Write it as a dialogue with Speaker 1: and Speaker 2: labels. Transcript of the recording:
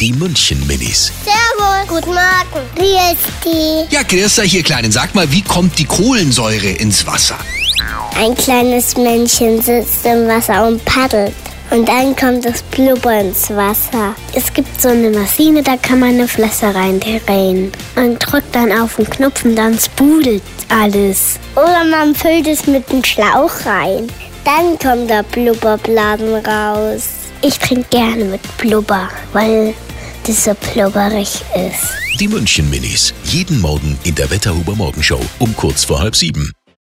Speaker 1: Die München-Minis.
Speaker 2: Servus. Guten Morgen. Wie ist die?
Speaker 1: Ja, grüß euch, ihr Kleinen. Sag mal, wie kommt die Kohlensäure ins Wasser?
Speaker 2: Ein kleines Männchen sitzt im Wasser und paddelt. Und dann kommt das Blubber ins Wasser. Es gibt so eine Maschine, da kann man eine Flasche reindrehen. Und drückt dann auf den Knopf und dann sprudelt alles. Oder man füllt es mit einem Schlauch rein. Dann kommt der Blubberbladen raus. Ich trinke gerne mit Blubber, weil das so blubberig ist.
Speaker 1: Die München-Minis. Jeden Morgen in der Wetterhuber Morgenshow um kurz vor halb sieben.